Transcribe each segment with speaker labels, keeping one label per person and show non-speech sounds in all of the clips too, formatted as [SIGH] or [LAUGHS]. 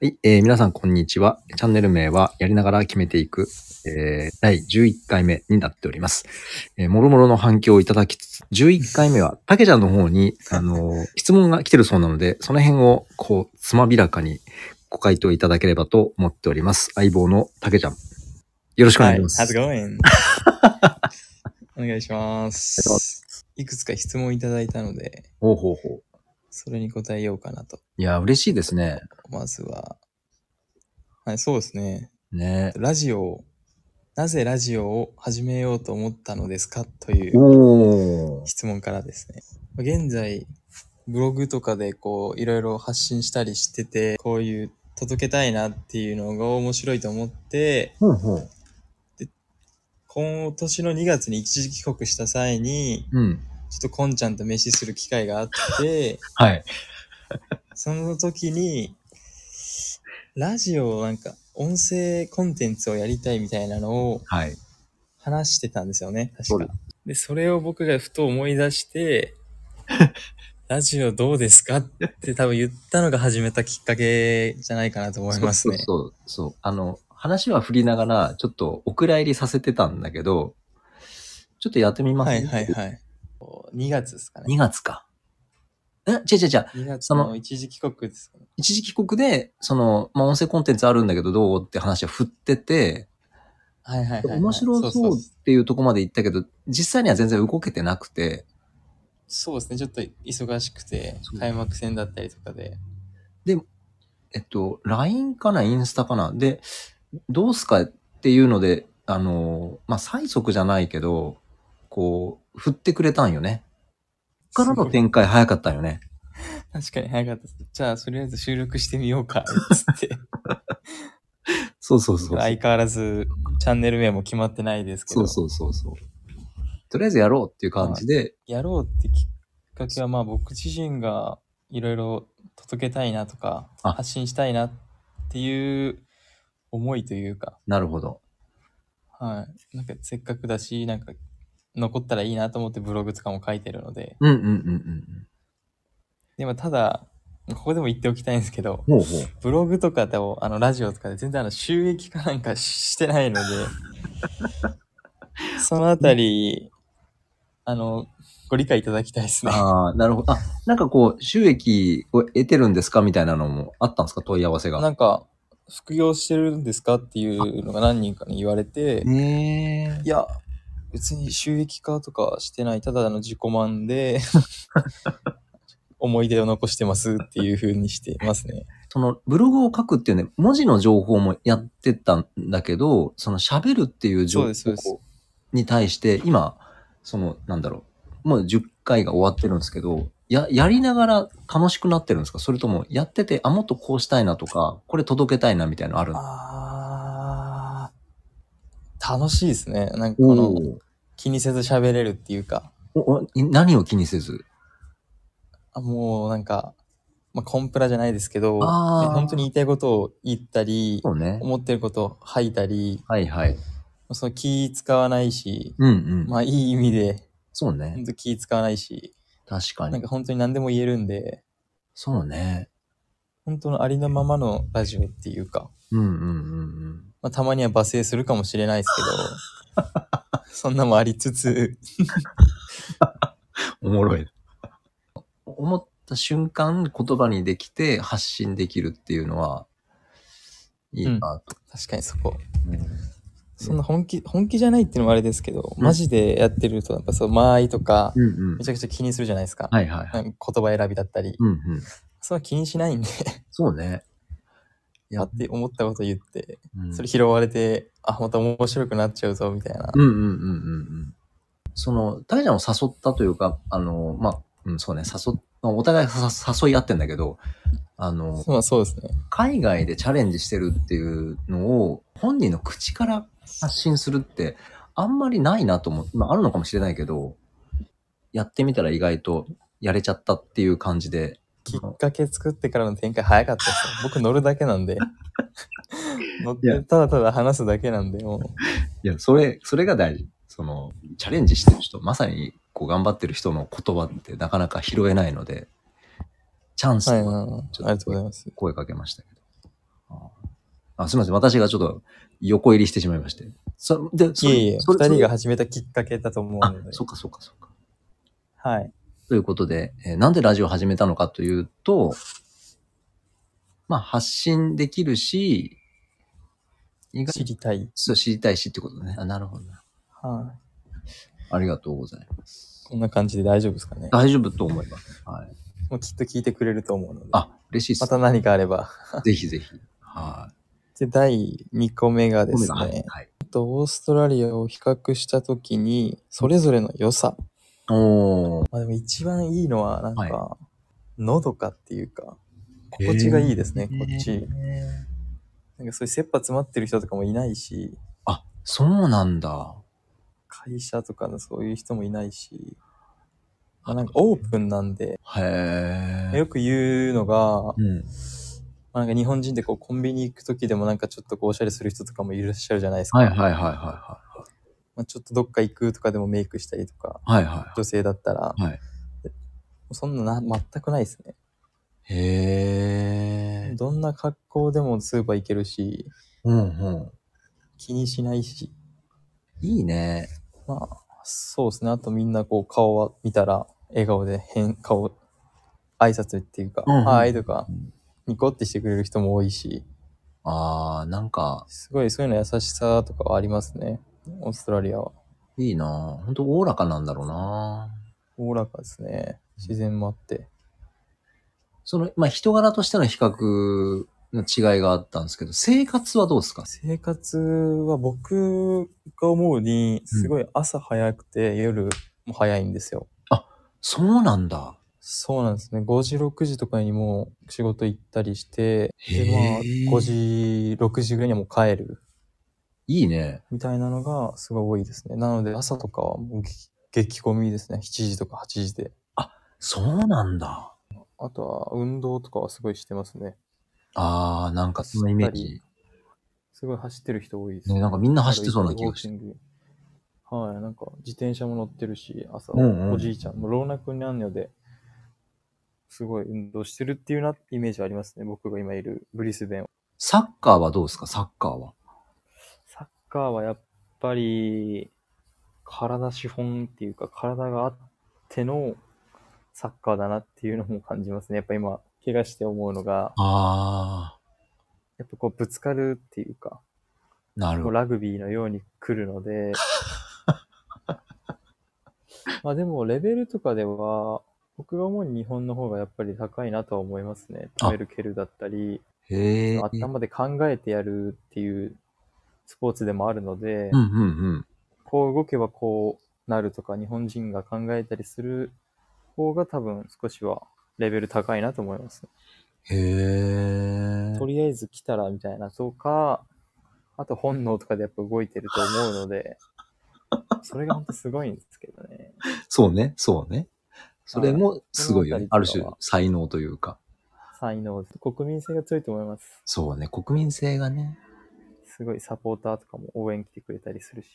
Speaker 1: はい、えー皆さんこんにちは。チャンネル名はやりながら決めていく、えー第11回目になっております。えー、もろもろの反響をいただきつつ、11回目は、たけちゃんの方に、あのー質問が来てるそうなので、その辺を、こう、つまびらかにご回答いただければと思っております。相棒のたけちゃん。よろしくお願いします。
Speaker 2: How's it going? [LAUGHS] お願いします。いくつか質問いただいたので、
Speaker 1: ほうほうほう。
Speaker 2: それに答えようかなと。
Speaker 1: いやー、嬉しいですね。
Speaker 2: まずは、はい、そうですね。
Speaker 1: ね
Speaker 2: ラジオを、なぜラジオを始めようと思ったのですかという
Speaker 1: おー。
Speaker 2: 質問からですね。現在、ブログとかでこう、いろいろ発信したりしてて、こういう届けたいなっていうのが面白いと思って、
Speaker 1: ほうほう。
Speaker 2: 今年の2月に一時帰国した際に、
Speaker 1: うん。
Speaker 2: ちょっとこんちゃんと飯する機会があ
Speaker 1: [LAUGHS]
Speaker 2: って、
Speaker 1: はい。
Speaker 2: その時に、ラジオをなんか音声コンテンツをやりたいみたいなのを
Speaker 1: はい。
Speaker 2: 話してたんですよね、
Speaker 1: そう
Speaker 2: 確
Speaker 1: で
Speaker 2: か。で、それを僕がふと思い
Speaker 1: [LAUGHS]
Speaker 2: 出して、ラジオどうですかって多分言ったのが始めたきっかけじゃないかなと思いますね。
Speaker 1: そうそうそうそう。あの、話は振りながら、ちょっとお蔵入りさせてたんだけど、ちょっとやってみます、
Speaker 2: はいはいはい。2月ですかね
Speaker 1: 2。月か。え、違う違う違う。
Speaker 2: 2月
Speaker 1: その
Speaker 2: の一時帰国ですかね。
Speaker 1: 一時帰国で、その、まあ、音声コンテンツあるんだけど、どうって話は振ってて、
Speaker 2: はいはいはいはい。
Speaker 1: 面白そうっていうとこまで行ったけど、実際には全然動けてなくて、
Speaker 2: そうですね、ちょっと忙しくて
Speaker 1: そう、
Speaker 2: 開幕戦だったりとかで。
Speaker 1: えっと、LINE かな、インスタかな。で、どうすかっていうので、あの、まあ、催促じゃないけど、こう、振ってくれたんよね。こっからの展開早かったんよね。
Speaker 2: 確かに早かったです。じゃあ、とりあえず収録してみよ
Speaker 1: [LAUGHS]
Speaker 2: うか、つって。
Speaker 1: そうそうそう。
Speaker 2: 相変わらず、チャンネル名も決まってないですけ
Speaker 1: そ
Speaker 2: ど。
Speaker 1: うそうそうそう。とりあえずやろうっていう感じで、
Speaker 2: やろうってきっかけは、まあ僕自身がいろいろ届けたいなとか、
Speaker 1: あ
Speaker 2: 発信したいなっていう思いというか、
Speaker 1: なるほど。
Speaker 2: はい。なんかせっかくだし、なんか残ったらいいなと思ってブログとかも書いてるので、
Speaker 1: うんうんうんうん
Speaker 2: でもただ、ここでも言っておきたいんですけど、
Speaker 1: うん。ほうほう。
Speaker 2: ブログとかとあのラジオとかで全然あの収益化なんかしてないので、そのあたり、あの、ご理解いただきたいですね。
Speaker 1: ああ、なるほど。あ、なんかこう、収益を得てるんですかみたいなのもあったんですか問い合わせ
Speaker 2: な
Speaker 1: が。
Speaker 2: んか、副業してるんですかっていうのが何人かに言われて、
Speaker 1: ねえ
Speaker 2: いや、別に収益化とかしてない、ただの自己満で、 [LAUGHS] 思い出を残してますっていう風にしてますね。
Speaker 1: そのブログを書くっていうね、文字の情報もやってたんだけど、その喋るっていう情
Speaker 2: そう
Speaker 1: 報
Speaker 2: ですそうです
Speaker 1: に対して、今、その、なんだろう、もう10回が終わってるんですけど、や、やりながら楽しくなってるんですかそれとも、やってて、あ、もっとこうしたいなとか、これ届けたいなみたいなのあるの
Speaker 2: あー、楽しいですね。なんかこの、気にせず喋れるっていうか、
Speaker 1: おおい何を気にせず。
Speaker 2: あもうなんか、まあ、コンプラじゃないですけど、ね
Speaker 1: あー
Speaker 2: 本当に言いたいことを言ったり
Speaker 1: そ、うね。
Speaker 2: 思ってることを吐いたり、
Speaker 1: はいはい。
Speaker 2: その気使わないし、
Speaker 1: うんうん。
Speaker 2: まあいい意味で、
Speaker 1: そう
Speaker 2: 本
Speaker 1: ね。
Speaker 2: 当気使わないし、
Speaker 1: 確か
Speaker 2: なん
Speaker 1: に。
Speaker 2: か本当に何でも言えるんで、
Speaker 1: そうね。
Speaker 2: 本当のありのままのラジオっていうか、
Speaker 1: うんうんうんうん。
Speaker 2: まあ、たまには罵声するかもしれないですけど、
Speaker 1: [LAUGHS]
Speaker 2: そんなもありつつ、
Speaker 1: おもろい。思った瞬間、言葉にできて発信できるっていうのは、いいなと。
Speaker 2: 確かにそこ、
Speaker 1: うん
Speaker 2: そんな本気、本気じゃないっていうのもあれですけど、
Speaker 1: うん
Speaker 2: マジでやってると、やっぱそう、間合いとか、
Speaker 1: うんうん
Speaker 2: めちゃくちゃ気にするじゃないですか。
Speaker 1: はいはいはい。
Speaker 2: なんか言葉選びだったり、
Speaker 1: うんうん。
Speaker 2: そんな気にしないんで、
Speaker 1: そうね。い
Speaker 2: やって思ったこと言って、
Speaker 1: うん
Speaker 2: それ拾われて、あ、また面白くなっちゃうぞ、みたいな
Speaker 1: う。んうんうんうんうん。その、大ちゃんを誘ったというか、あの、まあ、うん、そうね、誘っ、まあお互いさ誘い合ってんだけど、あの、
Speaker 2: まあそうですね。
Speaker 1: 海外でチャレンジしてるっていうのを本人の口から発信するってあんまりないなと思って、まああるのかもしれないけど、やってみたら意外とやれちゃったっていう感じで、
Speaker 2: きっかけ作ってからの展開早かっ
Speaker 1: [LAUGHS]
Speaker 2: たですよ。僕乗るだけなんで。乗って、ただただ話すだけなんで、もう。
Speaker 1: いや、それ、それが大事。その、チャレンジしてる人、まさにこう頑張ってる人の言葉ってなかなか拾えないので、チャンス
Speaker 2: はい、
Speaker 1: と
Speaker 2: はいはいありがとうございます。
Speaker 1: 声かけましたけど。あすみません。私がちょっと横入りしてしまいまして。そでそ
Speaker 2: い
Speaker 1: れ
Speaker 2: えいえ、
Speaker 1: そ
Speaker 2: 二
Speaker 1: れ
Speaker 2: 人が始めたきっかけだと思う
Speaker 1: あ
Speaker 2: の、で。
Speaker 1: そうかそうかそうか。
Speaker 2: はい。
Speaker 1: ということで、えーなんでラジオを始めたのかというと、まあ発信できるし、意外
Speaker 2: 知りたい。
Speaker 1: そう知りたいしってことね。あ、なるほどな。
Speaker 2: はい。
Speaker 1: ありがとうございます。
Speaker 2: こんな感じで大丈夫ですかね。
Speaker 1: 大丈夫と思います。はい。
Speaker 2: もうきっと聞いてくれると思うので。
Speaker 1: あ、嬉しい
Speaker 2: ま
Speaker 1: です。
Speaker 2: た何かあれば。
Speaker 1: ぜひぜひ。はい。
Speaker 2: で、第2個目がです
Speaker 1: はい
Speaker 2: ね、
Speaker 1: はい。
Speaker 2: えっとオーストラリアを比較したときに、それぞれの良さ。
Speaker 1: おー。
Speaker 2: まあでも一番いいのは、なんか、
Speaker 1: は
Speaker 2: のどかっていうか、心地がいいですね、
Speaker 1: へー
Speaker 2: こっち。なんかそういう切羽詰まってる人とかもいないし、
Speaker 1: あ、そうなんだ。
Speaker 2: 会社とかのそういう人もいないし、まあ、なんかオープンなんで、
Speaker 1: へえ。
Speaker 2: よく言うのが、
Speaker 1: うん。
Speaker 2: まあなんか日本人でこうコンビニ行く時でもなんかちょっとこうおしゃれする人とかもいらっしゃるじゃないですか。
Speaker 1: はいはいはいは
Speaker 2: まあ、ちょっとどっか行くとかでもメイクしたりとか、
Speaker 1: いはい。はいは
Speaker 2: 女性だったら、
Speaker 1: い。はい。
Speaker 2: そんなな全くないですね。
Speaker 1: へえ。
Speaker 2: どんな格好でもスーパー行けるし、
Speaker 1: うんうん。
Speaker 2: 気にしないし、
Speaker 1: いいね。
Speaker 2: まあ、そうですね。あとみんなこう顔は見たら笑顔で変顔、挨拶っていうか、
Speaker 1: うんうん
Speaker 2: はいとか
Speaker 1: うん、
Speaker 2: ニコってしてくれる人も多いし、
Speaker 1: あー、なんか、
Speaker 2: すごいそういうの優しさとかはありますね。オーストラリアは。
Speaker 1: いいなぁ。ほんと、おおらかなんだろうな
Speaker 2: おおらかですね。自然もあって。
Speaker 1: その、まあ、人柄としての比較の違いがあったんですけど、生活はどうですか
Speaker 2: 生活は僕が思うに、すごい朝早くて夜も早いんですよ。
Speaker 1: そうなんだ。
Speaker 2: そうなんですね。5時、6時とかにもう仕事行ったりして、で、まあ、
Speaker 1: へー
Speaker 2: 5時、6時ぐらいにはもう帰る。
Speaker 1: いいね。
Speaker 2: みたいなのがすごい多いですね。なので朝とかはもう激激混みですね。7時とか8時で。
Speaker 1: そうなんだ。
Speaker 2: あとは運動とかはすごいしてますね。
Speaker 1: あー、なんかそのイメージ。
Speaker 2: すごい走ってる人多いです
Speaker 1: ね、なんかみんな走ってそうな気がし。
Speaker 2: してて。はい、なんか自転車も乗ってるし、朝、
Speaker 1: うんうん
Speaker 2: おじいちゃん、もう老若男女で、すごい運動してるっていうなってイメージはありますね。僕が今いるブリスベンは。
Speaker 1: サッカーはどうですかサッカーは。
Speaker 2: サッカーはやっぱり、体資本っていうか、体があってのサッカーだなっていうのも感じますね。やっぱ今、怪我して思うのが、
Speaker 1: あ
Speaker 2: やっぱこう、ぶつかるっていうか、
Speaker 1: ー、なる
Speaker 2: こ
Speaker 1: ほ
Speaker 2: う
Speaker 1: ど。
Speaker 2: ラグビーのように来る
Speaker 1: [LAUGHS]
Speaker 2: ので、まあでも、レベルとかでは、僕が思うに日本の方がやっぱり高いなとは思いますね。
Speaker 1: あ
Speaker 2: 食べる蹴るだったり、
Speaker 1: へえ。うん
Speaker 2: 頭で考えてやるっていうスポーツでもあるので、
Speaker 1: うんうん。
Speaker 2: こう動けばこうなるとか、日本人が考えたりする方が多分少しはレベル高いなと思います、
Speaker 1: へえ
Speaker 2: と。りあえず来たらみたいなとか、あと本能とかでやっぱ動いてると思うので、それが本当すごいんですけどね。
Speaker 1: そうね、そうね。それもすごいよね。あ
Speaker 2: は
Speaker 1: る
Speaker 2: いそ
Speaker 1: 種
Speaker 2: の辺りとかは、
Speaker 1: 才能というか。
Speaker 2: 才能です。国民性が強いと思います。
Speaker 1: そうね、国民性がね。
Speaker 2: すごいサポーターとかも応援来てくれたりするし、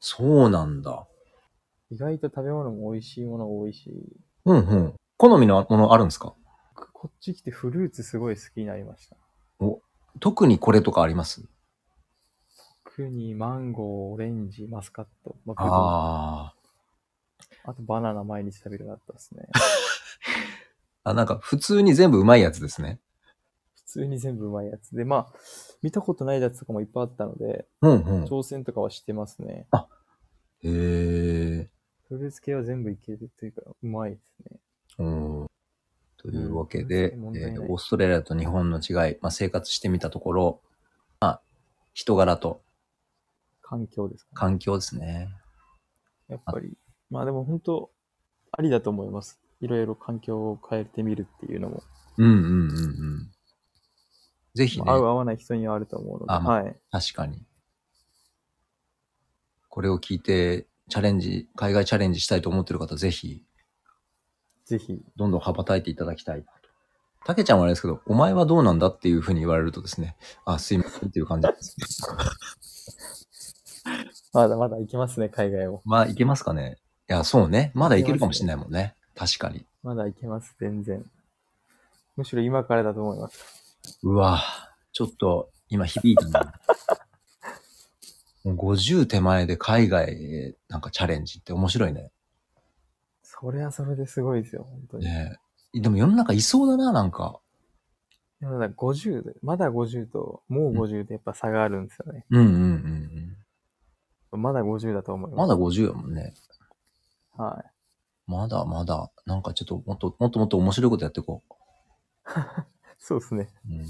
Speaker 1: そうなんだ。
Speaker 2: 意外と食べ物も美味しいもの多いし、
Speaker 1: うんうん。好みのものあるんですか
Speaker 2: 僕こっち来てフルーツすごい好きになりました。
Speaker 1: 特にこれとかあります
Speaker 2: 特にマンゴー、オレンジ、マスカット、まあ、ブドウ
Speaker 1: あ
Speaker 2: あとバナナ毎日食べるようになったですね。 [LAUGHS]
Speaker 1: あ。あ、なんか普通に全部うまいやつですね。
Speaker 2: 普通に全部うまいやつで、まあ、見たことないやつとかもいっぱいあったので、
Speaker 1: うんうん。へ
Speaker 2: 挑戦とかはしてますね。
Speaker 1: え。
Speaker 2: フルーツ系は全部いけるというか、うまいですね。
Speaker 1: うんというわけで、
Speaker 2: うん
Speaker 1: え
Speaker 2: 問題
Speaker 1: ー
Speaker 2: ない
Speaker 1: オーストラリアと日本の違い、まあ、生活してみたところ、まあ、人柄と
Speaker 2: 環境ですか、ね。
Speaker 1: 環境ですね。
Speaker 2: やっぱり。まあでも本当、ありだと思います。いろいろ環境を変えてみるっていうのも、
Speaker 1: うんうんうんうん。ぜひね、
Speaker 2: まあ合う合わない人にはあると思うので、
Speaker 1: あまあ
Speaker 2: はい。
Speaker 1: 確かに。これを聞いて、チャレンジ、海外チャレンジしたいと思ってる方、ぜひ、
Speaker 2: ぜひ。
Speaker 1: どんどん羽ばたいていただきたいなと。たけちゃんはあれですけど、お前はどうなんだっていうふうに言われるとですね、あ、すいませんっていう感じです。 [LAUGHS]
Speaker 2: まだまだ行きますね、海外を。
Speaker 1: まあ、いけますかね。いや、そうね。まだいけるかもしれないもんね。確かに。
Speaker 2: まだ行けます、全然。むしろ今からだと思います。
Speaker 1: うわぁちょっと今響いたな。 [LAUGHS] もう50手前で海外へなんかチャレンジって面白いね。
Speaker 2: それはそれですごいですよ、本当に。
Speaker 1: ねえでも世の中いそうだな、なんか。
Speaker 2: でもなんか50で、まだ50と、もう50でやっぱ差があるんですよね。
Speaker 1: うんうんうん
Speaker 2: まだ50だと思い
Speaker 1: うん。
Speaker 2: ま。
Speaker 1: ますだ50やもんね。
Speaker 2: だは
Speaker 1: まだまだ、なんかちょっともっと、もっともっと面白いことやっていこ
Speaker 2: い。そうですね。
Speaker 1: う。うん、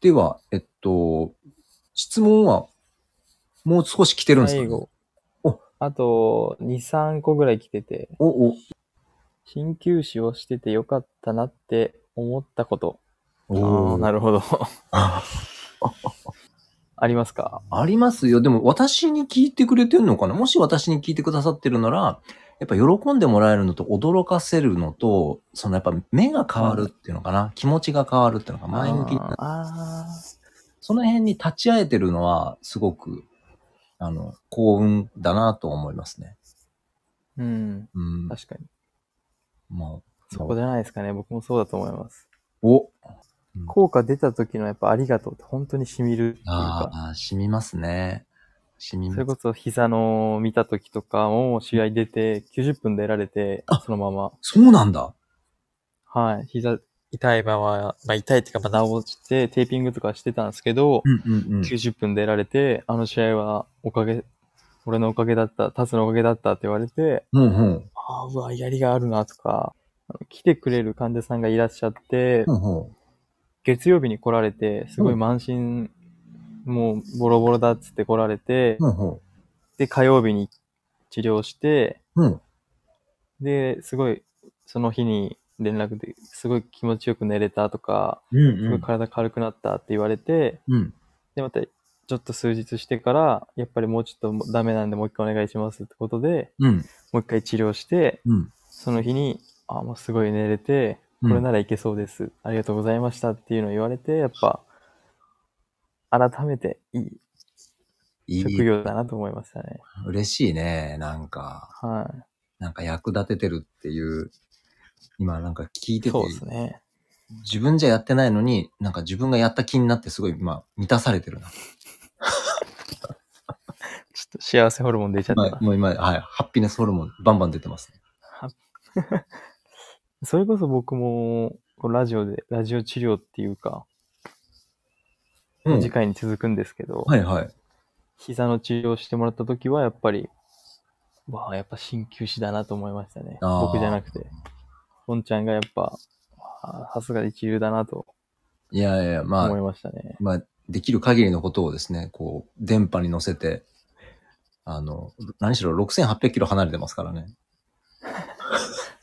Speaker 1: では、えっと、質問は、もう少し来てるんですか、
Speaker 2: 最後。
Speaker 1: お
Speaker 2: あと、2、3個ぐらい来てて、
Speaker 1: お、お、
Speaker 2: 鍼灸師をしててよかったなって思ったこと。あ
Speaker 1: お
Speaker 2: あ、
Speaker 1: ー
Speaker 2: なる
Speaker 1: [LAUGHS]
Speaker 2: ほど。ありますか
Speaker 1: ありますよ。でも私に聞いてくれてんのかなもし私に聞いてくださってるなら、やっぱ喜んでもらえるのと驚かせるのと、そのやっぱ目が変わるっていうのかな、気持ちが変わるっていうのが前向きにな
Speaker 2: あーあ
Speaker 1: その辺に立ち会えてるのはすごく、あの、幸運だなと思いますね。
Speaker 2: ー。うん。
Speaker 1: うん。
Speaker 2: 確かに。
Speaker 1: まあ、
Speaker 2: そこじゃないですかね。僕もそうだと思います。
Speaker 1: お
Speaker 2: 効果出た時のやっぱありがとうって本当に染みるっていうか。
Speaker 1: ああ、染みますね。染み
Speaker 2: それ
Speaker 1: ます。
Speaker 2: こそ膝の見た時とかも試合出て90分出られて
Speaker 1: あ、
Speaker 2: そのまま。
Speaker 1: そうなんだ。
Speaker 2: はい。膝痛い場合は、まあ痛いっていうか、まあ治してテーピングとかしてたんですけど、
Speaker 1: うんうんうん。
Speaker 2: 90分出られて、あの試合はおかげ、俺のおかげだった、タツのおかげだったって言われて、
Speaker 1: うんうん。
Speaker 2: ああ、うわ、やりがあるなとか、あの来てくれる患者さんがいらっしゃって、
Speaker 1: うんうん。
Speaker 2: 月曜日に来られて、すご
Speaker 1: う
Speaker 2: い
Speaker 1: ん
Speaker 2: 満身、もうボロボロだっつって来られて、
Speaker 1: うんうん。
Speaker 2: で、火曜日に治療して、
Speaker 1: うん。
Speaker 2: で、すごい、その日に連絡で、すごい気持ちよく寝れたとか、
Speaker 1: うん
Speaker 2: す
Speaker 1: う
Speaker 2: ごい
Speaker 1: ん。
Speaker 2: 体軽くなったって言われて、
Speaker 1: うん。
Speaker 2: で、また、ちょっと数日してから、やっぱりもうちょっとダメなんでもう一回お願いしますってことで、
Speaker 1: うん。
Speaker 2: もう一回治療して、
Speaker 1: うん。
Speaker 2: その日に、あ、もうすごい寝れて、これならいけそうです、ありがとうございましたっていうのを言われて、やっぱ、改めていい
Speaker 1: いい
Speaker 2: 職業だなと思いましたね。
Speaker 1: 嬉しいね。なんか、
Speaker 2: は
Speaker 1: なんか役立ててるっていう、今なんか聞い
Speaker 2: い。
Speaker 1: てて、
Speaker 2: そうですね。
Speaker 1: 自分じゃやってないのに、なんか自分がやった気になってすごい今満たされてるな。
Speaker 2: ちょっと幸せホルモン出ちゃった。
Speaker 1: はい、もう今、はい、ハッピネスホルモンバンバン出てますね。
Speaker 2: それこそ僕も、こうラジオで、ラジオ治療っていうか、
Speaker 1: うん
Speaker 2: 次回に続くんですけど、
Speaker 1: はいはい。
Speaker 2: 膝の治療してもらった時は、やっぱり、わあ、やっぱ鍼灸師だなと思いましたね。
Speaker 1: あー
Speaker 2: 僕じゃなくて。ポンちゃんがやっぱ、わあさすが一流だなと
Speaker 1: いやいや、まあ
Speaker 2: 思い、ましたね。
Speaker 1: まあ、できる限りのことをですね、こう、電波に乗せて、あの、何しろ6800キロ離れてますからね。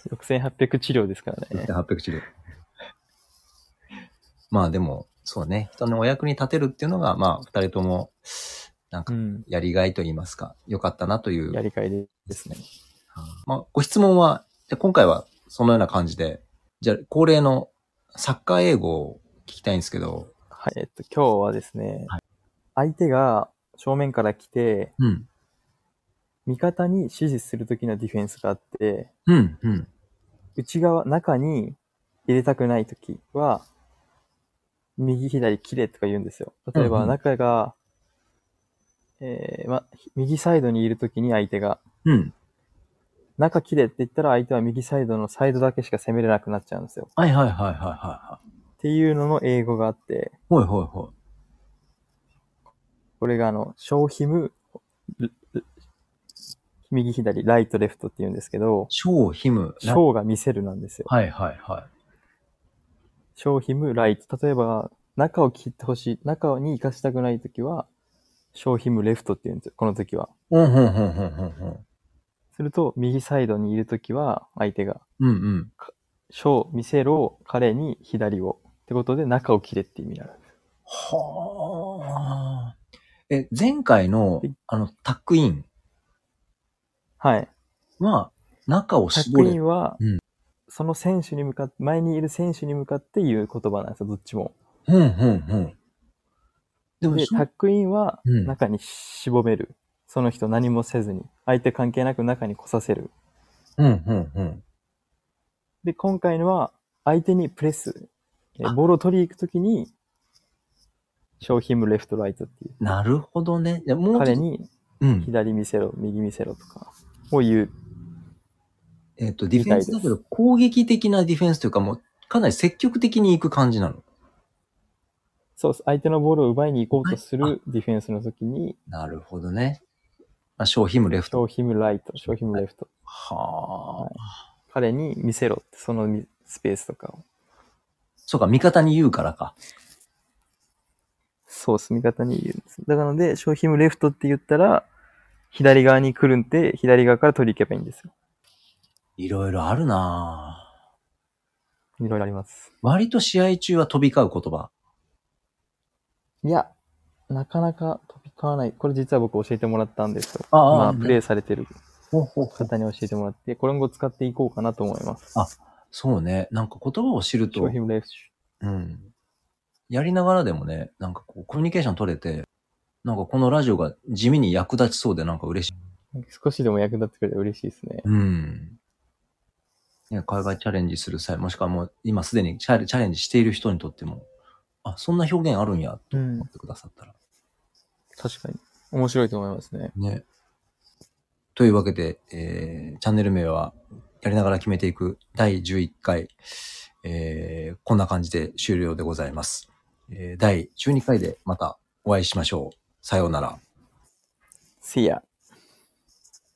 Speaker 2: 6800治療ですからね。
Speaker 1: 6800治療。 [LAUGHS] まあでも、そうね、人のお役に立てるっていうのが、まあ、二人とも、なん
Speaker 2: う
Speaker 1: か、
Speaker 2: ん。
Speaker 1: やりがいと言いますか、良かったなという
Speaker 2: やりがいですね。
Speaker 1: まあ、ご質問は、じゃあ今回はそのような感じで、じゃあ恒例のサッカー英語を聞きたいんですけど、
Speaker 2: はい。えっと、今日はですね、
Speaker 1: は
Speaker 2: 相手が正面から来て、
Speaker 1: うん、
Speaker 2: 味方に指示するときのディフェンスがあって、
Speaker 1: うん、うん。
Speaker 2: 内側、中に入れたくないときは、右左切れとか言うんですよ。例え
Speaker 1: うんう
Speaker 2: ば、
Speaker 1: ん
Speaker 2: 中が、えー、ま、右サイドにいるときに相手が、
Speaker 1: うん。
Speaker 2: 中切れって言ったら相手は右サイドのサイドだけしか攻めれなくなっちゃうんですよ。
Speaker 1: はいはいはいはいはい。
Speaker 2: っていうのの英語があって、
Speaker 1: ほいほいほ
Speaker 2: これがあの、小ヒム、ルル右左、ライト、レフトって言うんですけど
Speaker 1: い。、超ヒム。
Speaker 2: 小が見せるなんですよ。
Speaker 1: はいはいは
Speaker 2: 小ヒム、ライト。例えば、中を切ってほしい、中に行かしたくないときは、小ヒム、レフトって言うんですよ、この時は。
Speaker 1: い。うん、うん、うん、うん、うん。
Speaker 2: すると、右サイドにいるときは、相手が、
Speaker 1: うん、うん。
Speaker 2: 小、見せろ、彼に左を。ってことで、中を切れって意味になる。
Speaker 1: はあ。え、前回の、あの、タックイン
Speaker 2: はい。
Speaker 1: は、中を
Speaker 2: タッ
Speaker 1: 絞
Speaker 2: クイ
Speaker 1: れ。
Speaker 2: ンは、
Speaker 1: うん
Speaker 2: その選手に向かって、前にいる選手に向かって言う言葉なんですよ、どっちも。
Speaker 1: うん、うん、うん。でも
Speaker 2: で、、タックインは
Speaker 1: うん
Speaker 2: 中にしぼめる。その人何もせずに。相手関係なく中に来させる。
Speaker 1: うん、うん、うん。
Speaker 2: で、今回のは相手にプレス。え
Speaker 1: あ
Speaker 2: ボールを取りに行くときに商品もレフトライトっていう。
Speaker 1: なるほどね。いやもうちょ
Speaker 2: 彼
Speaker 1: っと、
Speaker 2: に
Speaker 1: うん。
Speaker 2: 左見せろ、右見せろとかを言う。
Speaker 1: えっ、と、ディフェンスだけど、攻撃的なディフェンスというか、もう、かなり積極的に行く感じなの。
Speaker 2: そうです。相手のボールを奪いに行こうとす
Speaker 1: は
Speaker 2: るディフェンスの時に、
Speaker 1: なるほどね。まあ、商品もレフト。
Speaker 2: 商品ライト、商品レフト。
Speaker 1: はあ。
Speaker 2: 彼に見せろって、そのみスペースとかを。
Speaker 1: そうか、味方に言うからか。
Speaker 2: そうです。味方に言うんです。だからなので、商品レフトって言ったら、左側に来るんで、左側から取り行けばいいんですよ。
Speaker 1: いろいろあるなぁ
Speaker 2: いろいろあります。
Speaker 1: 割と試合中は飛び交う言葉。
Speaker 2: いや、なかなか飛び交わない。これ実は僕教えてもらったんですよ。
Speaker 1: ああ
Speaker 2: 今、プレイされてる
Speaker 1: ほうほうほう
Speaker 2: 方に教えてもらって、これも使っていこうかなと思います。
Speaker 1: そうね。なんか言葉を知ると
Speaker 2: 商、品レフ
Speaker 1: うん。やりながらでもね、なんかこう、コミュニケーション取れて、なんかこのラジオが地味に役立ちそうでなんか嬉しい。
Speaker 2: ト。少しでも役立ってくれて嬉しいですね。
Speaker 1: うん。ね海外チャレンジする際、もしくはもう今すでにチャレチャレンジしている人にとっても、あ、そんな表現あるんや、と
Speaker 2: うん
Speaker 1: 思ってくださったら。
Speaker 2: 確かに。面白いと思いますね。
Speaker 1: ね。というわけで、えーチャンネル名は、やりながら決めていく第11回、えーこんな感じで終了でございます。えー第12回でまたお会いしましょう。さようなら。
Speaker 2: See ya.